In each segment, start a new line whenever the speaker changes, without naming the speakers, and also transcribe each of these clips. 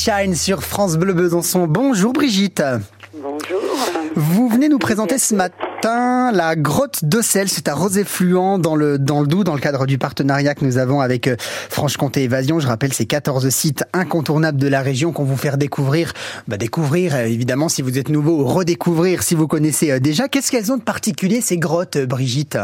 Shine sur France Bleu Besançon. Bonjour Brigitte.
Bonjour.
Vous venez nous présenter ce matin la grotte d'Ossel, c'est à Rosé-Fluent dans le, dans le Doubs, dans le cadre du partenariat que nous avons avec euh, Franche-Comté Évasion. Je rappelle ces 14 sites incontournables de la région qu'on vous faire découvrir. Bah, découvrir, euh, évidemment, si vous êtes nouveau, redécouvrir si vous connaissez euh, déjà. Qu'est-ce qu'elles ont de particulier ces grottes, euh, Brigitte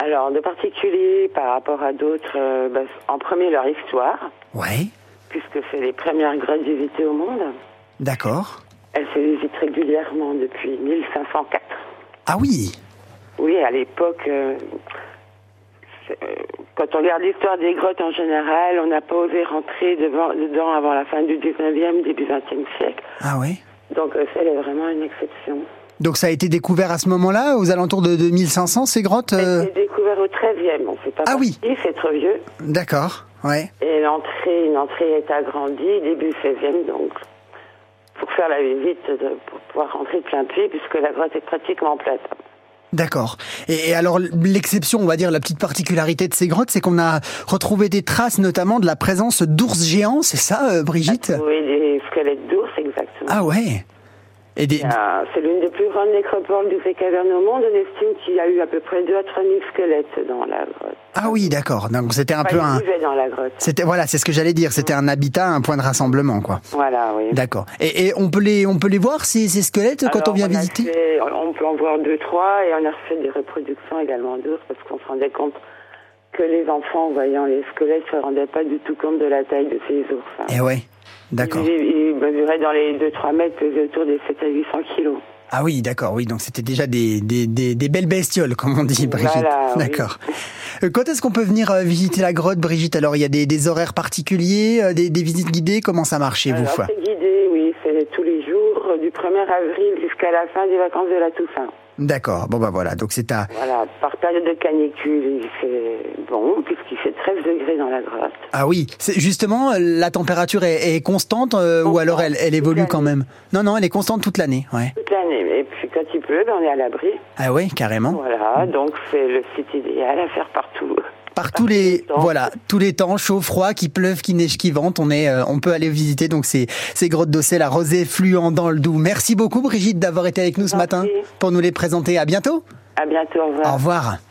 Alors, de particulier par rapport à d'autres, euh, bah, en premier leur histoire,
Ouais,
puisque c'est les premières grottes visitées au monde.
d'accord.
Elles se visitent régulièrement depuis 1504.
Ah oui,
Oui, à l'époque, euh, c'est, euh, quand on regarde l'histoire des grottes en général, on n'a pas osé rentrer devant- dedans avant la fin du 19e, début 20e siècle.
ah ouais.
Donc, euh, celle est vraiment une exception.
Donc ça a été découvert à ce moment-là, aux alentours de 2500, ces grottes euh,
C'est découvert au 13e, on ne sait pas
Ah
par
oui.
qui, c'est trop vieux.
D'accord, ouais.
Et l'entrée, une entrée est agrandie, début 16e donc, pour faire la visite, de- pour pouvoir rentrer de plein pied, puisque la grotte est pratiquement plate.
D'accord. Et, et alors l'exception, on va dire la petite particularité de ces grottes, c'est qu'on a retrouvé des traces notamment de la présence d'ours géants, c'est ça euh, Brigitte
Oui, des squelettes d'ours, exactement.
Ah ouais. Et des
Euh, C'est l'une des plus grandes nécropoles du fait caverne au monde. On estime qu'il y a eu à peu près 2 à 3 000 squelettes dans la grotte.
Ah oui, d'accord. Donc c'était un
Enfin,
peu
ils
un
vivaient dans la grotte.
c'était voilà, c'est ce que j'allais dire, c'était un habitat, un point de rassemblement quoi.
Voilà, oui.
D'accord. Et, et on peut les on peut les voir ces, ces squelettes quand
Alors,
on vient
a
visiter
fait- on peut en voir deux, trois, et on a fait des reproductions également d'ours parce qu'on se rendait compte que les enfants, en voyant les squelettes, se rendaient pas du tout compte de la taille de ces ours. hein.
Eh ouais. D'accord.
Ils, ils mesuraient dans les 2-3 mètres, pesaient autour des 7 à 800 kilos.
Ah oui, d'accord, oui, donc c'était déjà des, des, des, des belles bestioles, comme on dit, Brigitte.
Voilà, oui.
d'accord. Euh, Quand est-ce qu'on peut venir euh, visiter la grotte, Brigitte Alors, il y a des, des horaires particuliers, euh, des, des visites guidées, comment ça marche chez vous
Alors,
quoi
c'est guidé, oui, c'est tous les jours, euh, du 1er avril jusqu'à la fin des vacances de la Toussaint.
D'accord, bon bah voilà, donc c'est à...
Voilà, par période de canicule, il fait bon, puisqu'il fait 13 degrés dans la grotte.
Ah oui, c'est justement, euh, la température est, est constante, euh, ou
Constante,
alors elle, elle
toute
évolue quand
l'année.
même Non, non, elle est constante toute l'année, ouais.
Toute l'année. Et puis quand il pleut, ben, on est à l'abri.
Ah ouais, carrément
Voilà, donc c'est le site idéal à faire partout.
Par tous les
temps.
voilà, tous les temps, chaud, froid, qui pleuve, qui neige, qui vente, on est, euh, on peut aller visiter donc ces ces grottes d'Ossé, la rosée fluent dans le Doubs. Merci beaucoup Brigitte d'avoir été avec nous ce
Merci.
matin pour nous les présenter. À bientôt.
À bientôt, au revoir.
Au revoir.